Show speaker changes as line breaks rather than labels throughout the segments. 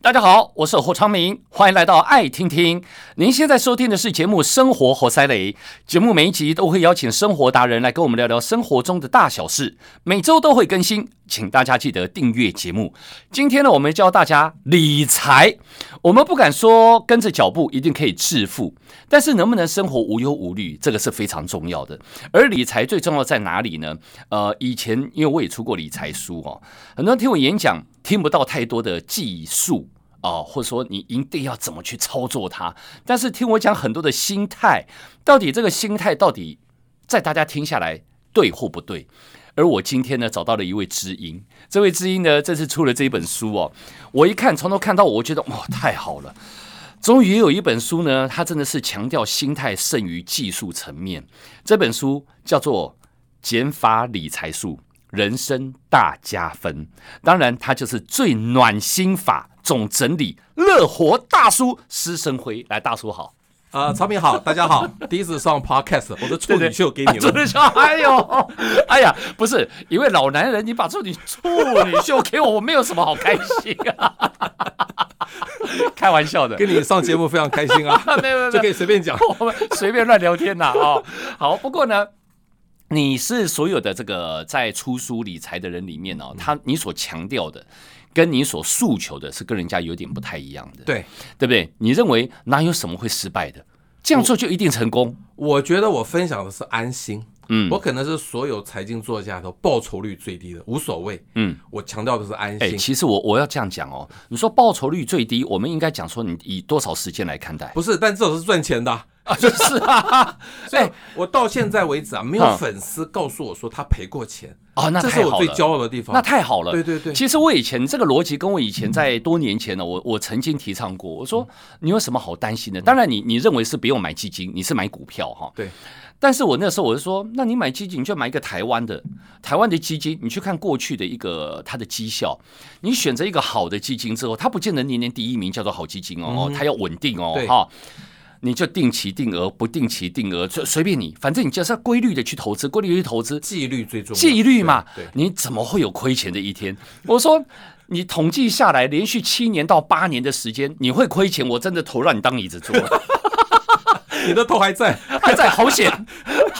大家好，我是侯昌明，欢迎来到爱听听。您现在收听的是节目《生活活塞雷》，节目每一集都会邀请生活达人来跟我们聊聊生活中的大小事，每周都会更新，请大家记得订阅节目。今天呢，我们教大家理财，我们不敢说跟着脚步一定可以致富，但是能不能生活无忧无虑，这个是非常重要的。而理财最重要在哪里呢？呃，以前因为我也出过理财书哦，很多人听我演讲听不到太多的技术啊、或者说你一定要怎么去操作它。但是听我讲很多的心态，到底这个心态到底在大家听下来对或不对？而我今天呢，找到了一位知音，这位知音呢，这次出了这一本书哦，我一看从头看到尾，我觉得哇、太好了。终于有一本书呢，它真的是强调心态胜于技术层面。这本书叫做《减法理财术：人生大加分》，当然它就是最暖心法总整理。乐活大叔施生辉，来，大叔好。
啊、呃，曹 明好，大家好，第一次上 podcast，我的处女秀给你
真
了。
的笑，哎呦， 哎呀，不是，一位老男人，你把处女处女秀给我，我没有什么好开心啊， 开玩笑的，
跟你上节目非常开心 啊
没有没有没有，
就可以随便讲。
我们随便乱聊天呐啊、哦。好，不过呢，你是所有的这个在出书理财的人里面哦，他你所强调的。跟你所诉求的是跟人家有点不太一样的，
对，
对不对？你认为哪有什么会失败的？这样做就一定成功？
我觉得我分享的是安心，
嗯
我可能是所有财经作家里头报酬率最低的，无所谓。
嗯，
我强调的是安
哎、
心，
其实我我要这样讲哦，你说报酬率最低，我们应该讲说你以多少时间来看待？
不是，但这种是赚钱的啊、
啊，就是啊，
所以
哎
我到现在为止啊，没
嗯
有粉丝告诉我说他赔过钱，
哦，那
这
太
是
好
我最
了。
骄傲的地方。
那太好了，
啊对对嗯对
其实我以前这个逻辑跟我以前在多年前呢，我我曾经提倡过，我
嗯
说你有什么好担心的？当然你，你认为是不用买基金，你是买股票哈。
对，
但是我那时候我就说，那你买基金你就买一个台湾的，台湾的基金，你去看过去的一个它的绩效，你选择一个好的基金之后，它不见得年年第一名叫做好基金哦，它要稳定哦
嗯对，
哈。你就定期定额，不定期定额，随随便你，反正你就是要规律的去投资，规律地去投资，
纪律最重要，
纪律嘛
对，对
你怎么会有亏钱的一天？ 我说。你统计下来，连续七年到八年的时间，你会亏钱，我真的头让你当椅子坐 了，
你的头还在。
还在好险，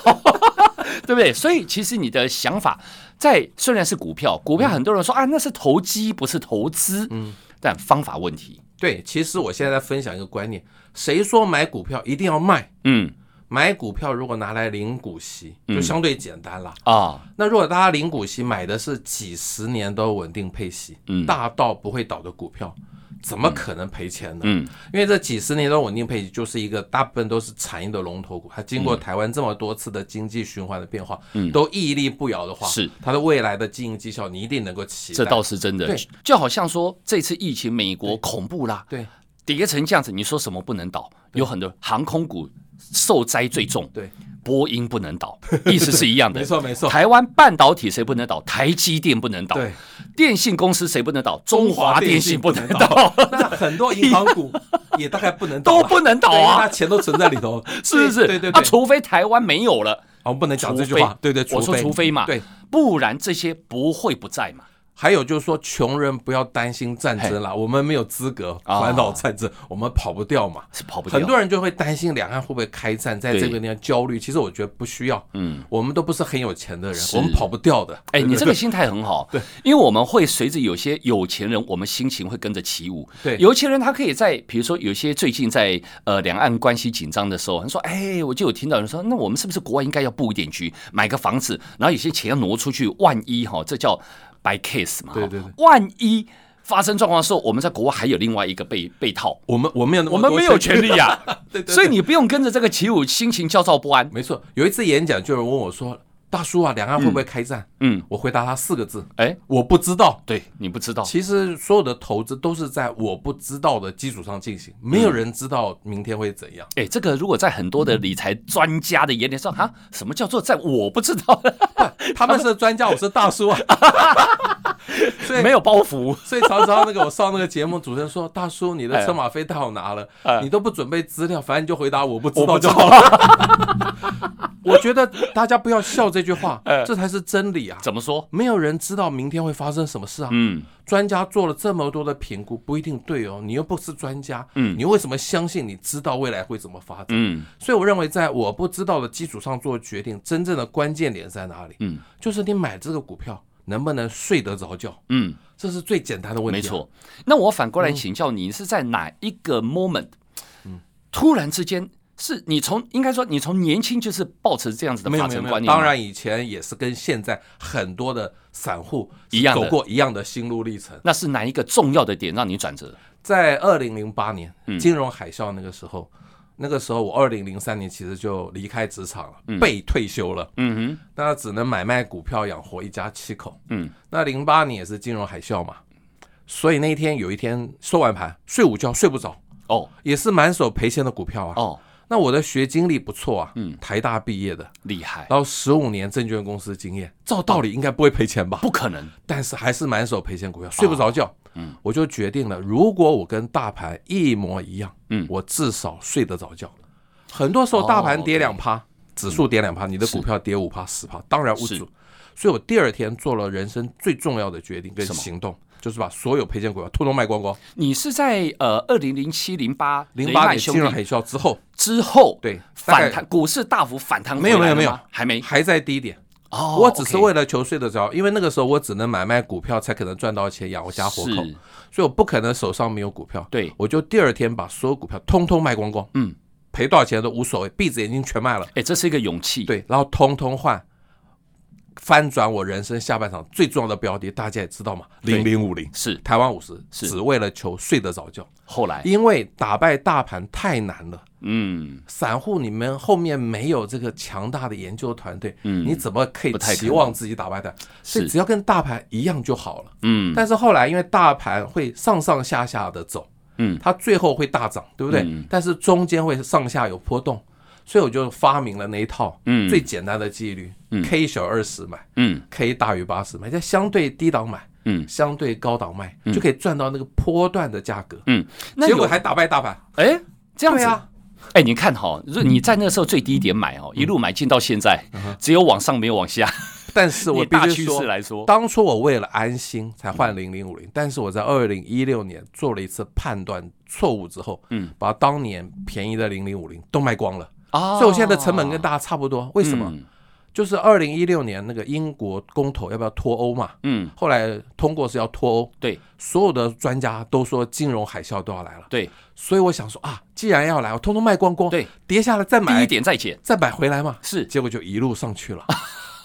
对不对？所以其实你的想法在虽然是股票，股票很多人说、啊，那是投机，不是投资，嗯，但方法问题，
对，其实我现在在分享一个观念，谁说买股票一定要卖？
嗯
买股票如果拿来领股息，就相对简单啦。
啊，
那如果大家领股息买的是几十年都稳定配息，
嗯
大到不会倒的股票，怎么可能赔钱呢？
嗯
因为这几十年的稳定配息就是一个大部分都是产业的龙头股，它经
嗯
过台湾这么多次的经济循环的变化，都屹立不摇的话，
是
它的未来的经营绩效你一定能够期待。
这倒是真的
对，
就好像说这次疫情，美国恐怖啦，
对
跌成这样子，你说什么不能倒？有很多航空股受灾最重，
对，
波音不能 倒，意思是一样的。
没错没错
台湾半导体谁不能倒？台积电不能倒。
对，
电信公司谁不能倒？中华电信不能倒，
那很多银行 股也大概不能倒
都
啦，
不能倒
对因为
啊
它！钱都存在里头，
是不是？
对对
啊，
对，
除非台湾没有了，
我们不能讲这句
除非
话，对对，
我说
非
除非嘛，
对，
不然这些不会不在嘛。
还有就是说，穷人不要担心战争啦，我们没有资格
啊
烦恼战争，我们跑不掉嘛。
是跑不掉。
很多人就会担心两岸会不会开战，在这个地方焦虑。其实我觉得不需要，
嗯，
我们都不是很有钱的人，
是
我们跑不掉的。
哎，
对
你这
对
个心态很好，对，因为我们会随着有些有钱人，我们心情会跟着起舞。
对
有钱人他可以在，比如说有些最近在呃两岸关系紧张的时候，他说，哎，我就有听到人说，那我们是不是国外应该要布一点局，买个房子，然后有些钱要挪出去，万一哈，这叫 by case 嘛，
对对对，
万一。发生状况的时候，我们在国外还有另外一个被被套，
我们我们没有那么
我们
多
没有权利呀、
对对对
所以你不用跟着这个起舞，心情焦躁不安。
没错。有一次演讲，就有人问我说：“大叔啊，两岸会不会开战？”
嗯，
我回答他四个字：
哎，
我不知道。
对你不知道，
其实所有的投资都是在我不知道的基础上进行，没有人知道明天会怎样。
哎，这个如果在很多的理财专家的眼里说，哈，什么叫做在我不知道的？
他们是专家，我是大叔啊。所 以
没有包袱，
所以曹操那个我上那个节目，主持人说：“大叔，你的车马费到拿了
哎，
你都不准备资料，反正你就回答我不 知
我
道
不
就
知
好。
道了”
我觉得大家不要笑这句话
哎，
这才是真理啊！
怎么说？
没有人知道明天会发生什么事啊！
嗯，
专家做了这么多的评估，不一定对哦。你又不是专家，
嗯
你为什么相信你知道未来会怎么发展？
嗯
所以我认为，在我不知道的基础上做决定，真正的关键点在哪里？
嗯，
就是你买这个股票能不能睡得着觉，
嗯，
这是最简单的问题、啊嗯
没，错。那我反过来请教你，是在哪一个 moment，突然之间，是你从应该说你从年轻就是抱持这样子的
没有
法
没
则
有没有
观。念，
当，然，以前也是跟现在很多的散户
一样的
走过一样的心路历程。
那是哪一个重要的点让你转折？
在二零零八年
嗯
金融海啸那个时候，那个时候我二零零三年其实就离开职场了，被退休了。
嗯哼，
那只能买卖股票养活一家七口。
嗯，
那零八年也是金融海啸嘛，所以那一天有一天收完盘睡午觉睡不着，
哦
也是满手赔钱的股票啊。
哦，
那我的学经历不错啊，嗯，台大毕业的，
厉害，
然后十五年证券公司经验，照道理应该不会赔钱吧？
不可能，
但是还是满手赔钱股票，
啊
睡不着觉。嗯，我就决定了，如果我跟大盘一模一样，
嗯
我至少睡得着觉。很多时候大盘跌两
哦
趴，指数跌两趴，你的股票跌五趴、十趴，当然无
嗯是
主。所以我第二天做了人生最重要的决定跟
什么
行动，就是把所有赔钱股票通通卖光光。
你是在呃二零零七零八
零八年
兄
金融海
弟
啸之后，
之后，
对大概
反弹股市大幅反弹回
没有
来了
没有
吗
没有
还没
还在低点。
哎哦，
我只是
OK
为了求睡得着，因为那个时候我只能买卖股票才可能赚到钱养活家活口，
是
所以我不可能手上没有股票。
对
我就第二天把所有股票通通卖光光，
嗯，
赔多少钱都无所谓，闭着眼睛全卖了。
哎，这是一个勇气，
对，然后通通换，翻转我人生下半场最重要的标的，大家也知道嘛，
对
零零五零，
是
台湾五十，
是哎
只为了求睡得着觉，
后来，
因为打败大盘太难了。
嗯，
散户，你们后面没有这个强大的研究团队，
嗯
你怎么可以
不太可能
期望自己打败它？所以
是
只要跟大盘一样就好了。
嗯，
但是后来因为大盘会上上下下的走，
嗯
它最后会大涨，对不对？但是中间会上下有波动，所以我就发明了那一套，
嗯
最简单的纪律、k 小二十买
嗯
，K 大于八十买，在相对低档买，
嗯
相对高档卖，就可以赚到那个波段的价格，
嗯，那
结果
有
还打败大盘，
哎这样
对
子，
啊。
哎，你看哈，如果
嗯
你在那时候最低点买哦，一路买进到现在，只有往上没有往下，
但是嗯 我
以
必
大
须
趋
说
势，来说，
当初我为了安心才换零零五零，但是我在二零一六年做了一次判断错误之后，
嗯，
把当年便宜的零零五零都卖光了，
啊
所以我现在的成本跟大家差不多。为什么？
嗯
就是二零一六年那个英国公投要不要脱欧嘛，
嗯，
后来通过是要脱欧，
对
所有的专家都说金融海啸都要来了，
对，
所以我想说啊，既然要来，我通通卖光光，
对，
跌下来再
第
买
一，点再减，
再买回来嘛，
是
结果就一路上去了。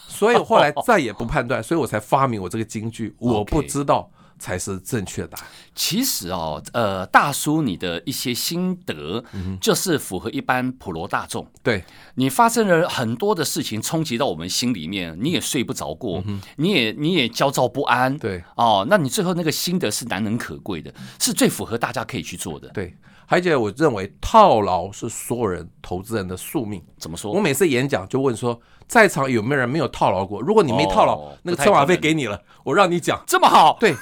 所以我后来
哦
再也不判断，所以我才发明我这个金句：我不知道才是正确的答案。
其实哦，呃，大叔你的一些心得，
嗯
就是符合一般普罗大众。
对，
你发生了很多的事情，冲击到我们心里面，你也睡不着过，
嗯
你也你也焦躁不安。
对，
哦，那你最后那个心得是难能可贵的，是最符合大家可以去做的。
对，而且我认为套牢是所有人投资人的宿命。
怎么
我
说？
每次演讲就问说，在场有没有人没有套牢过？如果你没套牢
哦，
那个
不太
车马
可
费
能
给你了，我让你讲。
这么好？
对，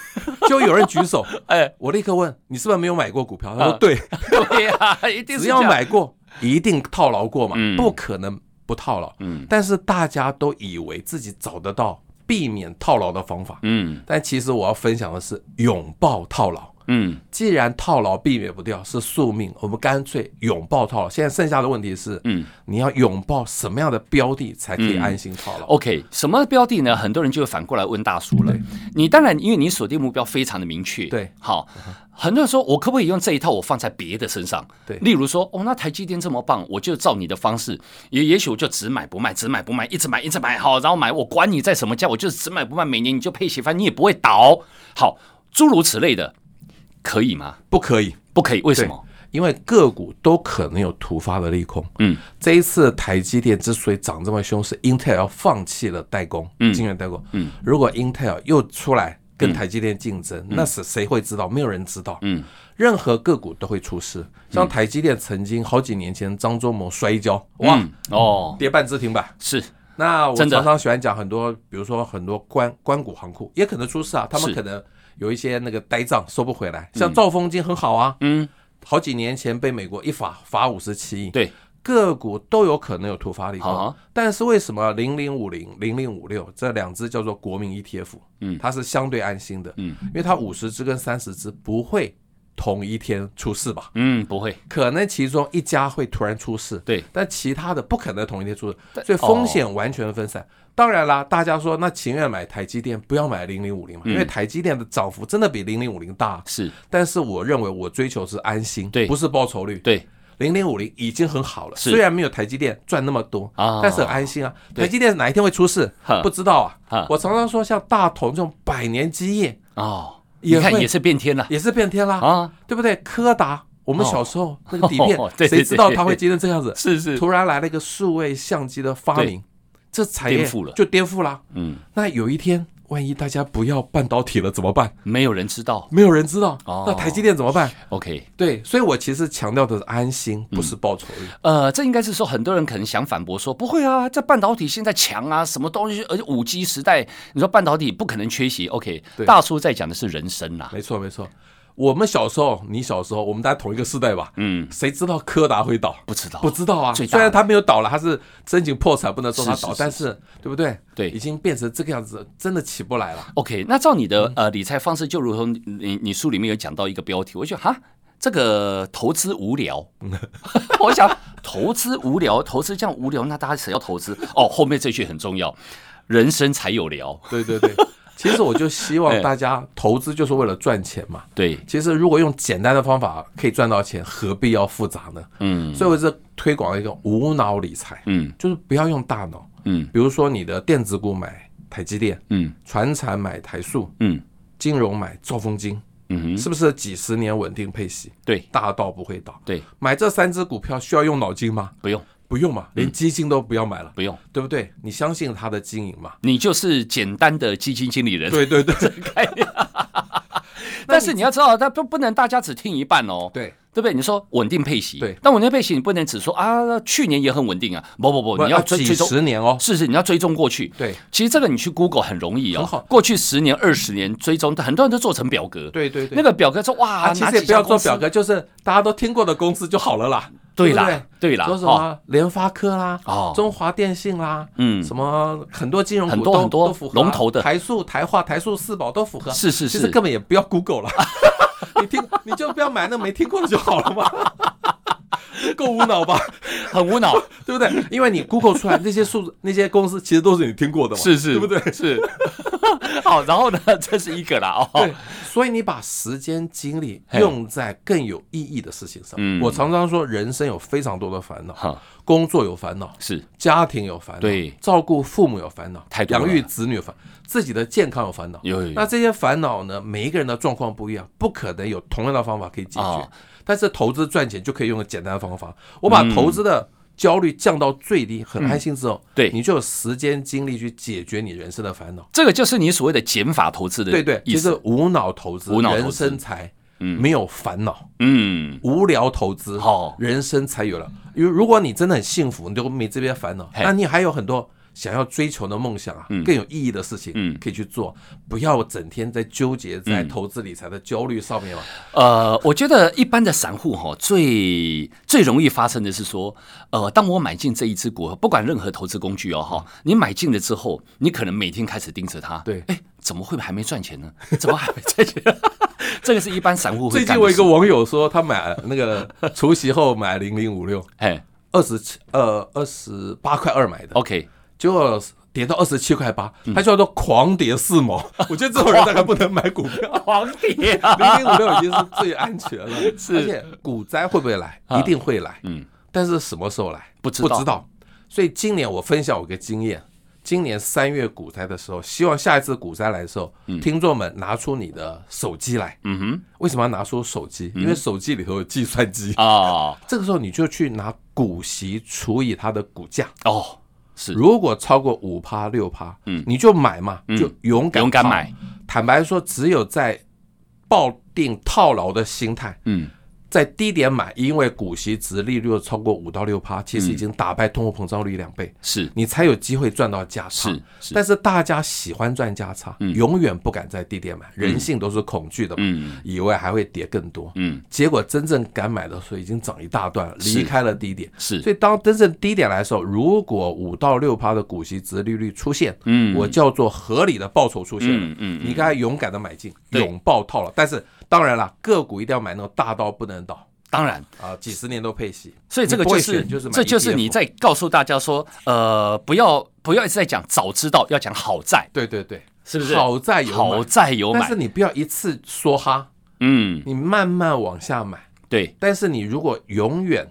就有人举手，
哎，
我立刻问你是不是没有买过股票？他说
嗯
对，
对呀、一定是
只
这样
要。买过，一定套牢过嘛
啊嗯，
不可能不套牢。
嗯
但是大家都以为自己找得到避免套牢的方法，
嗯
但其实我要分享的是拥抱套牢。
嗯，
既然套牢避免不掉是宿命，我们干脆拥抱套牢。现在剩下的问题是，
嗯，
你要拥抱什么样的标的才可以安心套牢？
OK，什么标的呢？很多人就会反过来问大叔了。你当然，因为你锁定目标非常的明确，
对，
好，很多人说我可不可以用这一套我放在别的身上？
对
例如说，哦，那台积电这么棒，我就照你的方式，也也许我就只买不卖，只买不卖，一直买一直买，好，然后买我管你在什么价，我就是只买不卖，每年你就配息翻，你也不会倒，好，诸如此类的，可以吗？
不可以，
不可以，为什么？
因为个股都可能有突发的利空。
嗯，
这一次台积电之所以涨这么凶，是 Intel 放弃了代工，嗯，晶圆代工。嗯，如果 Intel 又出来跟台积电竞争，那是谁会知道？没有人知道。
嗯，
任何个股都会出事。像台积电曾经好几年前张忠谋摔跤，哇，
嗯，哦，
跌半只停板。
是，
那我
真的
常常喜欢讲很多，比如说很多关关谷行库也可能出事啊，他们
是
可能有一些那个呆账收不回来，像兆丰金很好啊，
嗯，
好几年前被美国一罚罚五十七亿，
对，
个股都有可能有突发利
好
空
啊，
但是为什么零零五零、零零五六这两只叫做国民 ETF，
嗯
它是相对安心的，
嗯，
因为它五十只跟三十只不会同一天出事吧？
嗯，不会，
可能其中一家会突然出事，
对，
但其他的不可能同一天出事，所以风险完全分散。当然啦，大家说那情愿买台积电，不要买零零五零嘛，
嗯
因为台积电的涨幅真的比零零五零大。
是
但是我认为我追求是安心，
对
不是报酬率。
对，
零零五零已经很好了，
是
虽然没有台积电赚那么多
啊
但是很安心啊。
对
台积电哪一天会出事
哼，
不知道
哼
啊。我常常说，像大同这种百年基业
哦，你
也
看
会
也是变天了
也是变天啦，
啊，
对不对？柯达，我们
哦，
小时候那个底片
对对
谁知道它
对
会今天这样子？
是是，
突然来了一个数位相机的发明，这产业
颠覆了
就颠覆啦。
嗯，
那有一天，万一大家不要半导体了怎么办？
没有人知道
没有人知道
哦，
那台积电怎么办？
，OK。
对，所以我其实强调的是安心，不是报酬率。
呃，这应该是说很多人可能想反驳说，不会啊，这半导体现在强啊，什么东西，而且五 G 时代，你说半导体不可能缺席。OK，
对
大叔在讲的是人生啊啦、
没错，没错。我们小时候，你小时候，我们大家同一个世代吧？
嗯，
谁知道柯达会倒？
不知道，
不知道啊，
最
虽
大的
然它没有倒了，它是申请破产，不能说它
是是
倒，
是
但是对不对？
对
已经变成这个样子，真的起不来了。
OK，那照你
嗯
的呃理财方式，就如同你你你书里面有讲到一个标题，我就觉得哈，这个投资无聊。 我想投资无聊，投资这样无聊，那大家谁要投资？哦，后面这句很重要，人生才有聊。
对对对，其实我就希
哎
望大家投资就是为了赚钱嘛。
对，
其实如果用简单的方法可以赚到钱，何必要复杂呢？
嗯
所以我是推广一个无脑理财，
嗯
就是不要用大脑。
嗯
比如说你的电子股买台积电，
嗯
船产买台塑，
嗯
金融买兆丰金，
嗯哼，
是不是几十年稳定配息，
对
大到不会倒？
对，
买这三只股票需要用脑筋吗？
不用
不用
嗯
嘛，连基金都不要买了，
不用，
对不对？你相信它的经营嘛？
你就是简单的基金经理人。
对对对
但是你要知道，他不不能大家只听一半哦。
对。
对不对？你说稳定配息，
对
但稳定配息你不能只说啊，去年也很稳定啊，不不不，
不
你要追
几
追踪
十年哦，
是是，你要追踪过去。
对，
其实这个你去 Google 很容易
很
哦
好。
过去十年、二十年追踪，很多人都做成表格。
对对对
那个表格说哇，
啊，其
哪
实也
几
不
家
要
公
做
司
表格，就是大家都听过的公司就好了啦。
对
不
啦，对啦，
说什
哦，
么联发科啦
哦，
中华电信啦，
嗯
什么很多金融股
很多
都
很多
都符合啊
龙头的
台塑、台化、台塑、四宝都符合。
是是
其
是
实根本也不要 Google 了，你听你就不要买那没听过的就好了嘛， 够无脑吧，
很无脑，
对不对？因为你 Google 出来那些数字、那些公司，其实都 是你听过的嘛，
是是，
对不对？
是。好，然后呢，这是一个啦哦
对，，所以你把时间精力
嘿
用在更有意义的事情上
嗯。
我常常说，人生有非常多的烦恼，
哈，
工作有烦恼，
是
家庭有烦恼，
对
照顾父母有烦恼
太，多了嗯
养育子女有烦，自己的健康有烦恼。
有有有
那这些烦恼呢，每一个人的状况不一样，不可能有同样的方法可以解
啊
决。但是投资赚钱就可以用个简单的方法，我把投资的。焦虑降到最低，很安心之后，
嗯对
你就有时间精力去解决你人生的烦恼。
这个就是你所谓的减法投资的
对对，
意
其实
思。
无脑投资，
无脑投资
人生才没有烦恼，
嗯，
无聊投资，
好
人生才有了。因为如果你真的很幸福，你就没这些烦恼，
嘿
那你还有很多想要追求的梦想啊，更有意义的事情，
嗯
可以去做，不要整天在纠结在投资理财的焦虑上面嘛。
呃，我觉得一般的散户哈、最最容易发生的是说，呃，当我买进这一只股，不管任何投资工具哦哈，你买进了之后，你可能每天开始盯着它，
嗯对
哎，怎么会还没赚钱呢？ 怎么还没赚钱？ 这个是一般散户会
最
干
近
的
我有一个
事
网友说，他买了那个除夕后买零零五六，
哎
二十七呃二十八块二买的，
，OK，
结果跌到二十七块八，
嗯
他叫做狂跌四毛。 我觉得这种人大概不能买股票。
狂跌啊，
零零五六已经是最安全了，
是
而且股灾会不会来？一定会来，
嗯，
但是什么时候来
不知道
不知道。所以今年我分享我个经验，今年三月股灾的时候，希望下一次股灾来的时候，听众们拿出你的手机来。
嗯
为什么要拿出手机？因为手机里头有计算机。
哼，哦
这个时候你就去拿股息除以它的股价，
哦，是
如果超过五趴六趴，嗯，你就买嘛，就勇敢
勇敢
套
买。
坦白说，只有在抱定套牢的心态，
嗯，
在低点买，因为股息值利率超过五到六
嗯
趴，其实已经打败通货膨胀率两倍，
是
你才有机会赚到价差
是。是
但是大家喜欢赚价差，永远不敢在低点买，人性都是恐惧的嘛，
嗯
以为还会跌更多。
嗯
结果真正敢买的时候，已经涨一大段了，
是
离开了低点。
是
所以当真正低点来的时候，如果五到六趴的股息值利率出现，
嗯
我叫做合理的报酬出现了，
嗯嗯嗯
你该勇敢的买进，
对
拥抱套牢。但是当然了，个股一定要买那种大到不能倒
当然，
啊，几十年都配息。
所以这个
你不
就
会
是
选就是买
这就是你
ETF
在告诉大家说，呃，不要不要一直在讲早知道，要讲好在，
对对对，
是不是？
好在有
好
买，
在有
但
买
是，你不要一次梭哈，
嗯，
你慢慢往下买。
对，
但是你如果永远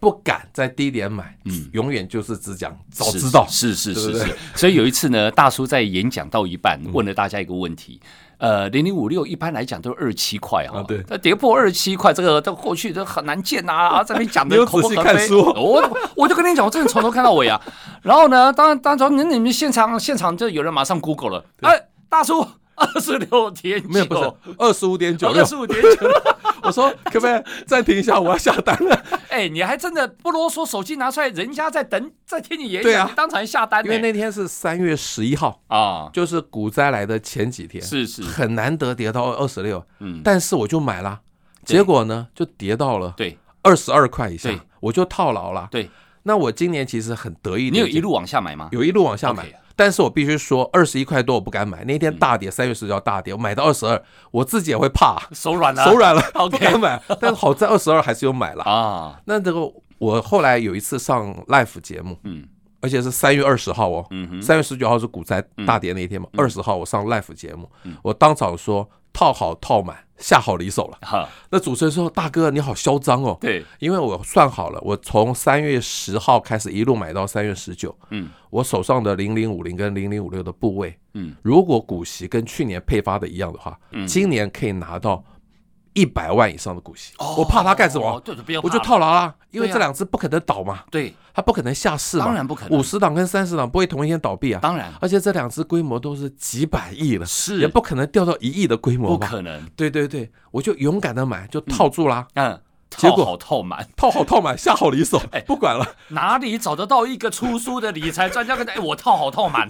不敢在低点买，永远就是只讲早
嗯是
知道，
是是
对
是
不对嗯
是。所以有一次呢，大叔在演讲到一半，问了大家一个问题。呃，零零五六一般来讲都二七块啊
啊对
那跌破二七块，这个这过去都很难见呐、 啊，这边讲
你有
的口不
仔细
可
看
开。
书
我我就跟你讲，我真的从头看到尾啊。 然后呢，当当当，你们现场现场就有人马上 Google 了，哎，大叔二十六点九，哦
没有不是二十五点九六
二。十五点九，
我说可不可以暂停一下，我要下单了。
哎，你还真的不啰嗦，手机拿出来，人家在等，在听你演
对
讲，
啊
你当场下单
因
呢、
为那天是三月十一号，
啊，
就是股灾来的前几天，
是是，
很难得跌到二十六，
嗯，
但是我就买了，
对
结果呢就跌到了
对
二十二块以下
对，
我就套牢了。
对，
那我今年其实很得意的，
你有一路往下买吗？
有一路往下买
OK。嗯
但是我必须说，二十一块多我不敢买。那天大跌，三月十九大跌，我买到二十二，我自己也会怕，
手软啊了，
手软了
OK
不敢买。但好在二十二还是有买了。
啊，
那这个我后来有一次上 live 节目，
嗯
而且是三月二十号哦，
嗯哼，
三月十九号是股灾大跌那一天嘛，二十号我上 live 节目，
嗯
我当场说套好套满，下好离手了。
哈，
那主持人说：“大哥，你好嚣张哦。”，
对，
因为我算好了，我从三月十号开始一路买到三月十九，
嗯
我手上的零零五零跟零零五六的部位，
嗯，
如果股息跟去年配发的一样的话，今年可以拿到一百万以上的股息。我怕它干什
哦
么？
对对，不要怕
我
了，
就套牢啦，因为
对啊
这两只不可能倒嘛，
对，
它不可能下市嘛，
当然不可能
五十档跟三十档不会同一天倒闭啊，
当然
而且这两只规模都是几百亿了，
是
也不可能掉到一亿的规模
不
吧？
可能，
对对对，我就勇敢的买，就套住啦，
嗯，
结
套
果
好套满，
套好套满，下好离手，
哎
不 管了。
哪里找得到一个出书的理财专家跟他哎，我套好套满，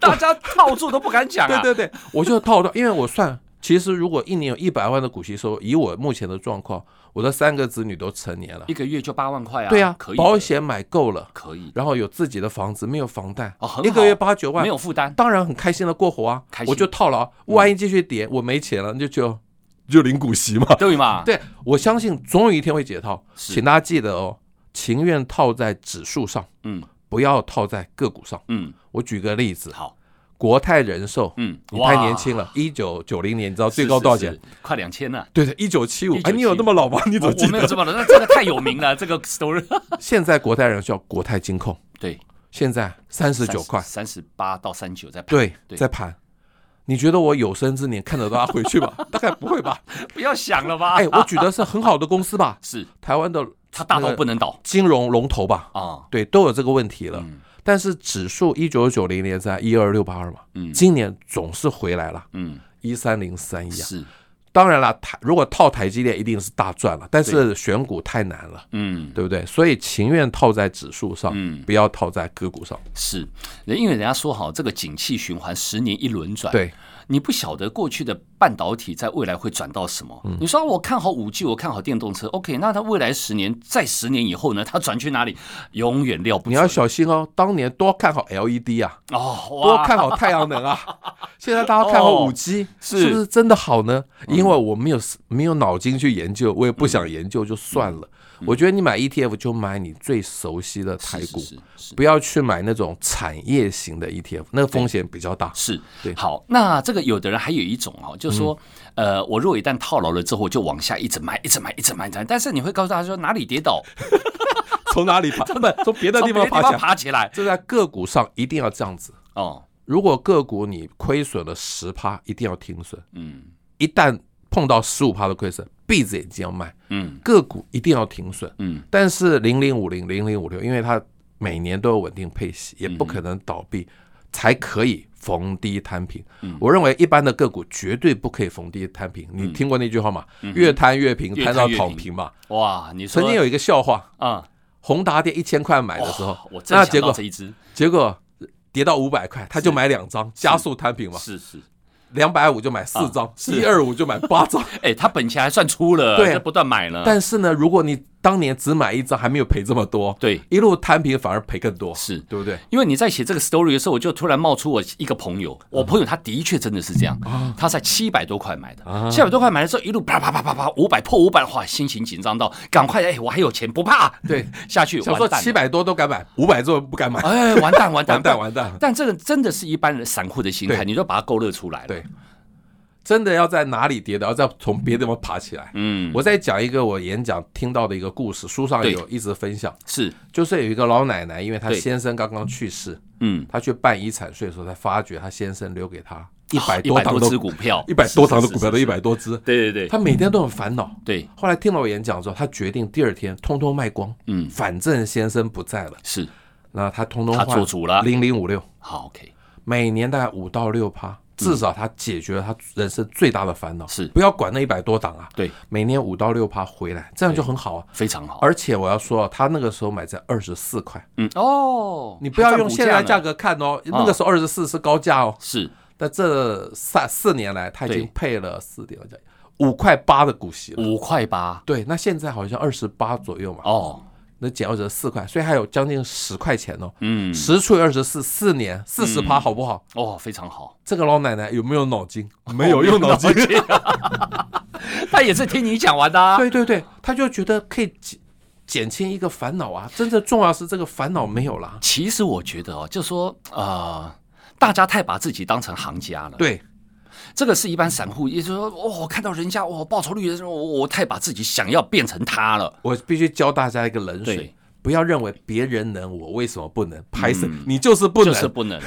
大家套住都不敢讲啊，
对对对， 我就套到，因为我算，其实如果一年有一百万的股息收入，以我目前的状况，我的三个子女都成年了
一，个月就八万块啊，
对啊
可以，的，
保险买够了，
可以，
然后有自己的房子，没有房贷
哦，很
一个月
好
八九万
没，有负担，
当然很开心的过活啊
开，心嗯
我就套牢，万一继续跌，我没钱了，那就就就领股 息嘛。
对嘛？
对，我相信总有一天会解套，
是
请大家记得哦，情愿套在指数上，
嗯
不要套在个股上。
嗯，
我举个例子，
好，
国泰人寿，
嗯，
你太
哇
年，轻了，一九九零年，你知道
是
最高多少？钱
是？是快两千了。
对对，一九七五。哎，你
1975
有那么老吗？你怎
我
么
我
记
没有
得？
这么的，那这个太有名了，这个 story。
现在国泰人寿叫国泰金控，
对，
现在三十九块，
三十八到三九在
对，
对
在盘。你觉得我有生之年看得到它回 去吗？大概不会吧。
不要想了吧？
哎，我举的是很好的公司吧，
是
台湾的
它大到
那个
不能倒
金融龙头吧，
啊，嗯
对，都有这个问题了。但哎是啊指数一九九零年在一二六八二嘛，
嗯
今年总是回来了，
嗯，
一三零三一啊。
是，
当然了，台如果套台积电一定是大赚了，但是选股太难了。
嗯
对不对？所以情愿套在指数上，
嗯
不要套在个股上。
是，人因为人家说好，这个景气循环十年一轮转，，
对，
你不晓得过去的半导体在未来会转到什
嗯
么。你说啊我看好五 G，我看好电动车，OK，那它未来十年，在十年以后呢，它转去哪里，永远料不
你要
准。
小心哦。当年多看好 LED 啊，
哦，
多
哇，哦
看好太阳 能啊，现在大家看好五 G，、
是嗯
是不是真的好呢？因为我没有没有脑筋去研究，我也不想研究，就算了。我觉得你买 ETF 就买你最熟悉的台
嗯是
股，
是是
不要去买那种产业型的 ETF，那个风险比较大。
是，
对
好，那这个有的人还有一种哦，就是说，
嗯
呃，我如果一旦套牢了之后，就往下一直买，一直买，一直买，一直买但是你会告诉他说哪里跌 倒，
从哪里爬？ 不，从别的
从
地
别
方
的地
爬
方
起来。
爬起来。
这在个股上一定要这样子。
哦，
如果个股你亏损了十趴，一定要停损。
嗯
一旦碰到十五趴的亏损，闭着眼睛要卖，
嗯
个股一定要停损。
嗯，
但是零零五零、零零五六，因为它每年都有稳定配息，也不可能倒闭，才可以逢低摊平。我认为一般的个股绝对不可以逢低摊平。你听过那句话吗？越摊越平，
越
摊
摊
到
越
躺
平
平嘛。
哇，你说
曾经有一个笑话，
啊，
宏达店一千块买的时
哇
候
我，正
嗯那
想
结
到
果
这一只，
结果跌到五百块，他就买两张，加速摊平嘛，
是啊是，
两百五就买四张，一二五就买 八张。
哎，它本钱还算粗了，
对
就不断买了，
但是呢，如果你当年只买一张，还没有赔这么多，
对，
一路摊平反而赔更多，
是
对 不对？
因为你在写这个 story 的时候，我就突然冒出我一个朋友，
嗯
我朋友他的确真的是这样，
啊
他才七百多块买的，七百多块买的时候一路啪啪啪啪啪五百破五百，哇，心情紧张到赶快哎，我还有钱不怕，
对，
下去
小
完
时候
蛋
七
了，
百多都敢买，五百多 不敢买，
哎，完蛋完蛋
完蛋完蛋。
但这个真的是一般人散户的心态，
对
你就把它勾勒出来了。
对真的要在哪里跌倒，要再从别的地方爬起来。
嗯，
我再讲一个我演讲听到的一个故事，书上
对
有一直分享，
是，
就是有一个老奶奶，因为她
对
先生刚刚去世，
嗯，
她去办遗产税的时候，才发觉她先生留给她一百
哦一
多
百
档
多只
的
股票，
一百多档的
是
股票，
是
都
是
一百多只，
对对对，
她每天都很烦恼。
对
后来听了我演讲之后，她决定第二天通通卖光，
嗯
反正先生不在了，
是
那她通通
她做主了
零零五六，
好 OK，
每年大概五到六趴，至少他解决了他人生最大的烦恼。
嗯是
不要管那一百多档啊，
对，
每年五到六趴回来，这样就很好啊。
非常好。
而且我要说啊，他那个时候买在二十四块，
嗯哦，
你不
还
要用
占股
现在
呢
价格看哦，那个时候二十四是高价哦。
是
那这三四年来，他已经
对
配了四点五块八的股息了。
五块八
对，那现在好像二十八左右嘛，
哦，
那减二十四块，所以还有将近十块钱哦。
嗯
十除以二十四，四年四十趴，好不好？
哦，非常好。哦
这个老奶奶有没有脑筋？没有用脑筋，
他也是听你讲完的、啊。
对对对，他就觉得可以减减轻一个烦恼啊。真正重要是这个烦恼没有啦。
其实我觉得哦，就说啊、呃，大家太把自己当成行家了。，
对
这个是一般散户，也就是说，哦，看到人家哦报酬率的时候，我我太把自己想要变成他了。
我必须教大家一个冷
对
水，不要认为别人能，我为什么不能？拍死、你就是不
嗯就
能。
是不能，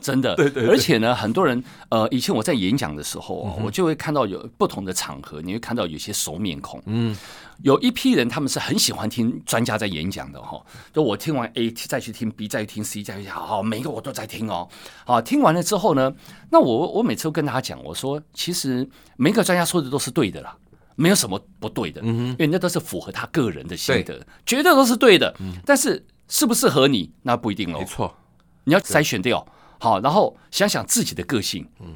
真的。
对对嗯对
而且呢，很多人，呃，以前我在演讲的时候啊，我就会看到有不同的场合，你会看到有些熟面孔。
嗯，
有一批人，他们是很喜欢听专家在演讲的哈、就我听完 A，再去听 B，再去听 C，再去听，好，每一个我都在听哦。好，听完了之后呢，那我我每次都跟大家讲，我说其实每一个专家说的都是对的啦。没有什么不对
嗯
的，因为那都是符合他个人的心得，绝对都是对的。但是适不适合你，那不一定喽
嗯没。错，
你要筛选掉，好，然后想想自己的个性，嗯，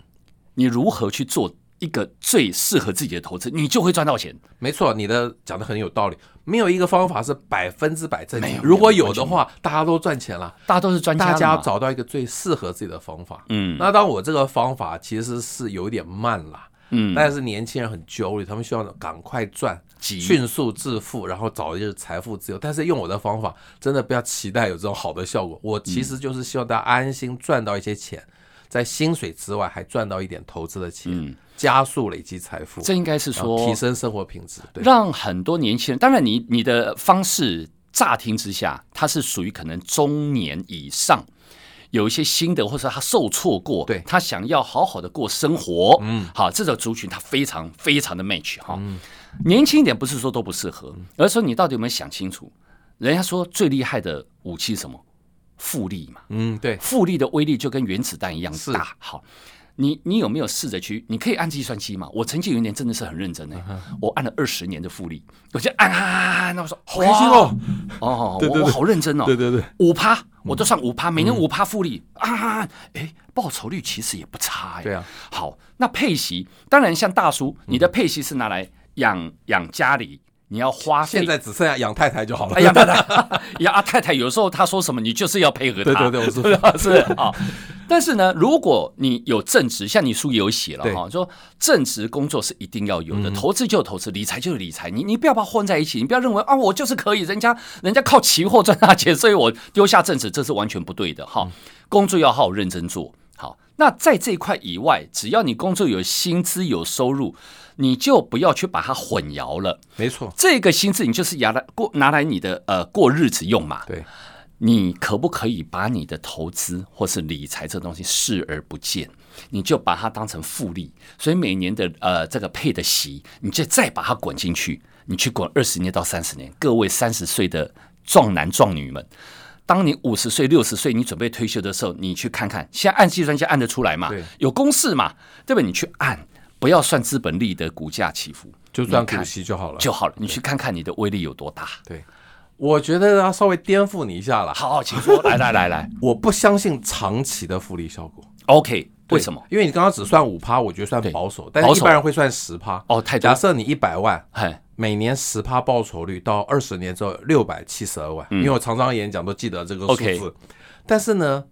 你如何去做一个最适合自己的投资，你就会赚到钱。
没错，你的讲的很有道理。没有一个方法是百分之百正
没有
确。
没有
如果有的话，大家都赚钱了。
大家都是专家，
大家，找到一个最适合自己的方法。
嗯
那当我这个方法其实是有一点慢啦，
嗯，
但是年轻人很焦虑，他们希望赶快赚，
急
迅速致富，然后早日财富自由。但是用我的方法，真的不要期待有这种好的效果。我其实就是希望大家安心赚到一些钱，在薪水之外还赚到一点投资的钱，
嗯
加速累积财富，
这应该是
然后
说
啊提升生活品质。对，
让很多年轻人，当然你你的方式乍听之下，他是属于可能中年以上。有一些新的，或者他受挫过，
对
他想要好好的过生活，嗯，好，这种族群他非常非常的 match 哈、
嗯
年轻一点不是说都不适合，而是说你到底有没有想清楚？人家说最厉害的武器是什么？复利嘛，
嗯，对，
复利的威力就跟原子弹一样
是
大。好，你你有没有试着去？你可以按计算器嘛？我曾经有一年真的是很认真哎、
嗯
我按了二十年的复利，我就按按按按按，那我说好
开心！哦，
哇哦，
对对
我我
对
好认真哦，
对嗯对对，
五趴我都算五趴，每年五趴复利啊啊，啊哎，报酬率其实也不差哎。
对啊，嗯
好，那配息当然像大叔，你的配息是拿来养养家里，你要花费
现在只剩下养太太就好了。
哎呀，太太， 呀，啊太太，有时候她说什么，你就是要配合她。
对对对 我
是啊。但是呢，如果你有正职，像你书也有写了
对
哈，说正职工作是一定要有的，投资就有投资，理财就有理财，你你不要把它混在一起，你不要认为啊，我就是可以，人家人家靠期货赚大钱，所以我丢下正职，这是完全不对的哈。工作要好好认真做好。那在这一块以外，只要你工作有薪资有收入，你就不要去把它混淆了。
没错，
这个薪资你就是拿来过拿来你的呃过日子用嘛。
对，
你可不可以把你的投资或是理财这东西视而不见？你就把它当成复利，所以每年的呃这个配的息，你就再把它滚进去，你去滚二十年到三十年。各位三十岁的壮男壮女们，当你五十岁、六十岁，你准备退休的时候，你去看看，现在按计算机按得出来嘛
对？
有公式嘛？对吧？你去按，不要算资本利得、股价起伏，
就算
你
股
看
息就好了。
就好了。你去看看你的威力有多大。
对，我觉得要稍微颠覆你一下了。
好，请说，来来来来
我不相信长期的复利效果。
，OK，
对
为什么？？
因为你刚刚只算五趴，我觉得算保守，但
保
是
守
一般人会算十趴。
哦太多
假设你一百万，
嘿，
每年十趴报酬率到二十年之后六百七十二万，因为我常常演讲都记得这个
嗯
数
OK
字。但是呢，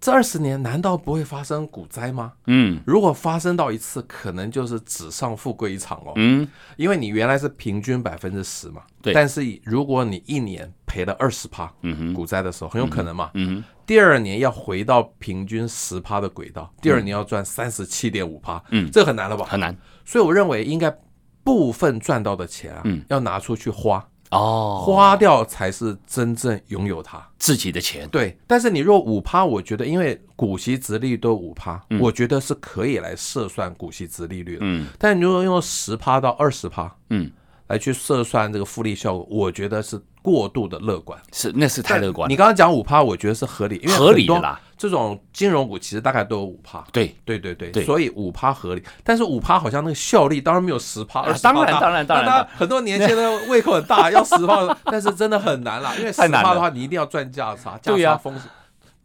这二十年难道不会发生股灾吗？
嗯
如果发生到一次，可能就是纸上富贵一场哦。
嗯，
因为你原来是平均百分之十嘛，
对
但是如果你一年赔了二十趴，
嗯哼
股灾的时候很有可能嘛，
嗯
第二年要回到平均十趴的轨道，第二年要赚三十七点五趴，
嗯
这很难了
哼，
吧？
很难
所以我认为应该部分赚到的钱啊，
嗯
要拿出去花，
哦，
花掉才是真正拥有它。
自己的钱，
对，但是你若五趴，我觉得因为股息值利率都五趴，我觉得是可以来设算股息值利率的。
嗯
但你如果用十趴到二十趴，
嗯，
来去测算这个复利效果，我觉得是过度的乐观。
是那是太乐观了，
你刚刚讲五趴，我觉得是合理，因为
合理
很多
的啦。
这种金融股其实大概都有五趴。
对，
对对对，
对
所以五趴合理，但是五趴好像那个效力当然没有十趴、二
啊
十
当然当然当然
很多年轻人胃口很大，要十 趴，但是真的很难啦，因为十
太难
趴
了
的话，你一定要赚价差，价
对呀
差风险。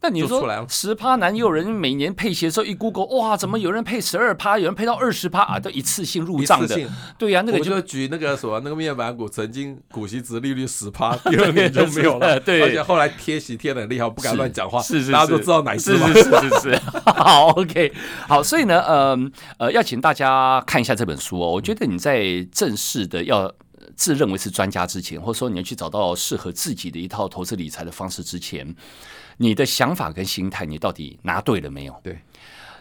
但你
就
说
出来了
十趴男友人每年配息的时候一 Google，哇，怎么有人配十二趴，有人配到二十趴啊？都一次性入账
一次
的
性，
对呀、那个
我
就
就举那个什么那个面板股，曾经股息值利率十 趴，第二年就没有
是
了，
的对
而且后来贴息贴的很厉害，我不敢乱讲话，
是是，
大家都
是
知道哪一只
是
嘛。
是是是 是，好，OK，好，所以呢，呃呃，要请大家看一下这本书哦。我觉得你在正式的要呃自认为是专家之前，或者说你要去找到适合自己的一套投资理财的方式之前，你的想法跟心态，你到底拿对了没有？
对，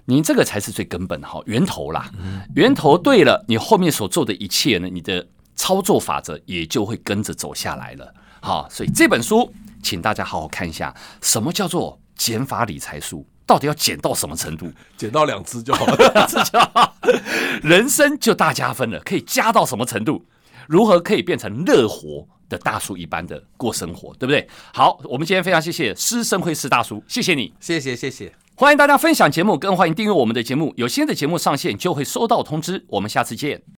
你这个才是最根本的哈，源头啦，源头对了，你后面所做的一切呢，你的操作法则也就会跟着走下来了。好，所以这本书，请大家好好看一下，什么叫做减法理财术，到底要减到什么程度，
捡到两只就好了。
人生就大加分了，可以加到什么程度，如何可以变成乐活的大叔一般的过生活，对不对？好，我们今天非常谢谢施生辉施大叔，谢谢你。
谢谢谢谢，
欢迎大家分享节目，更欢迎订阅我们的节目。有新的节目上线就会收到通知。我们下次见。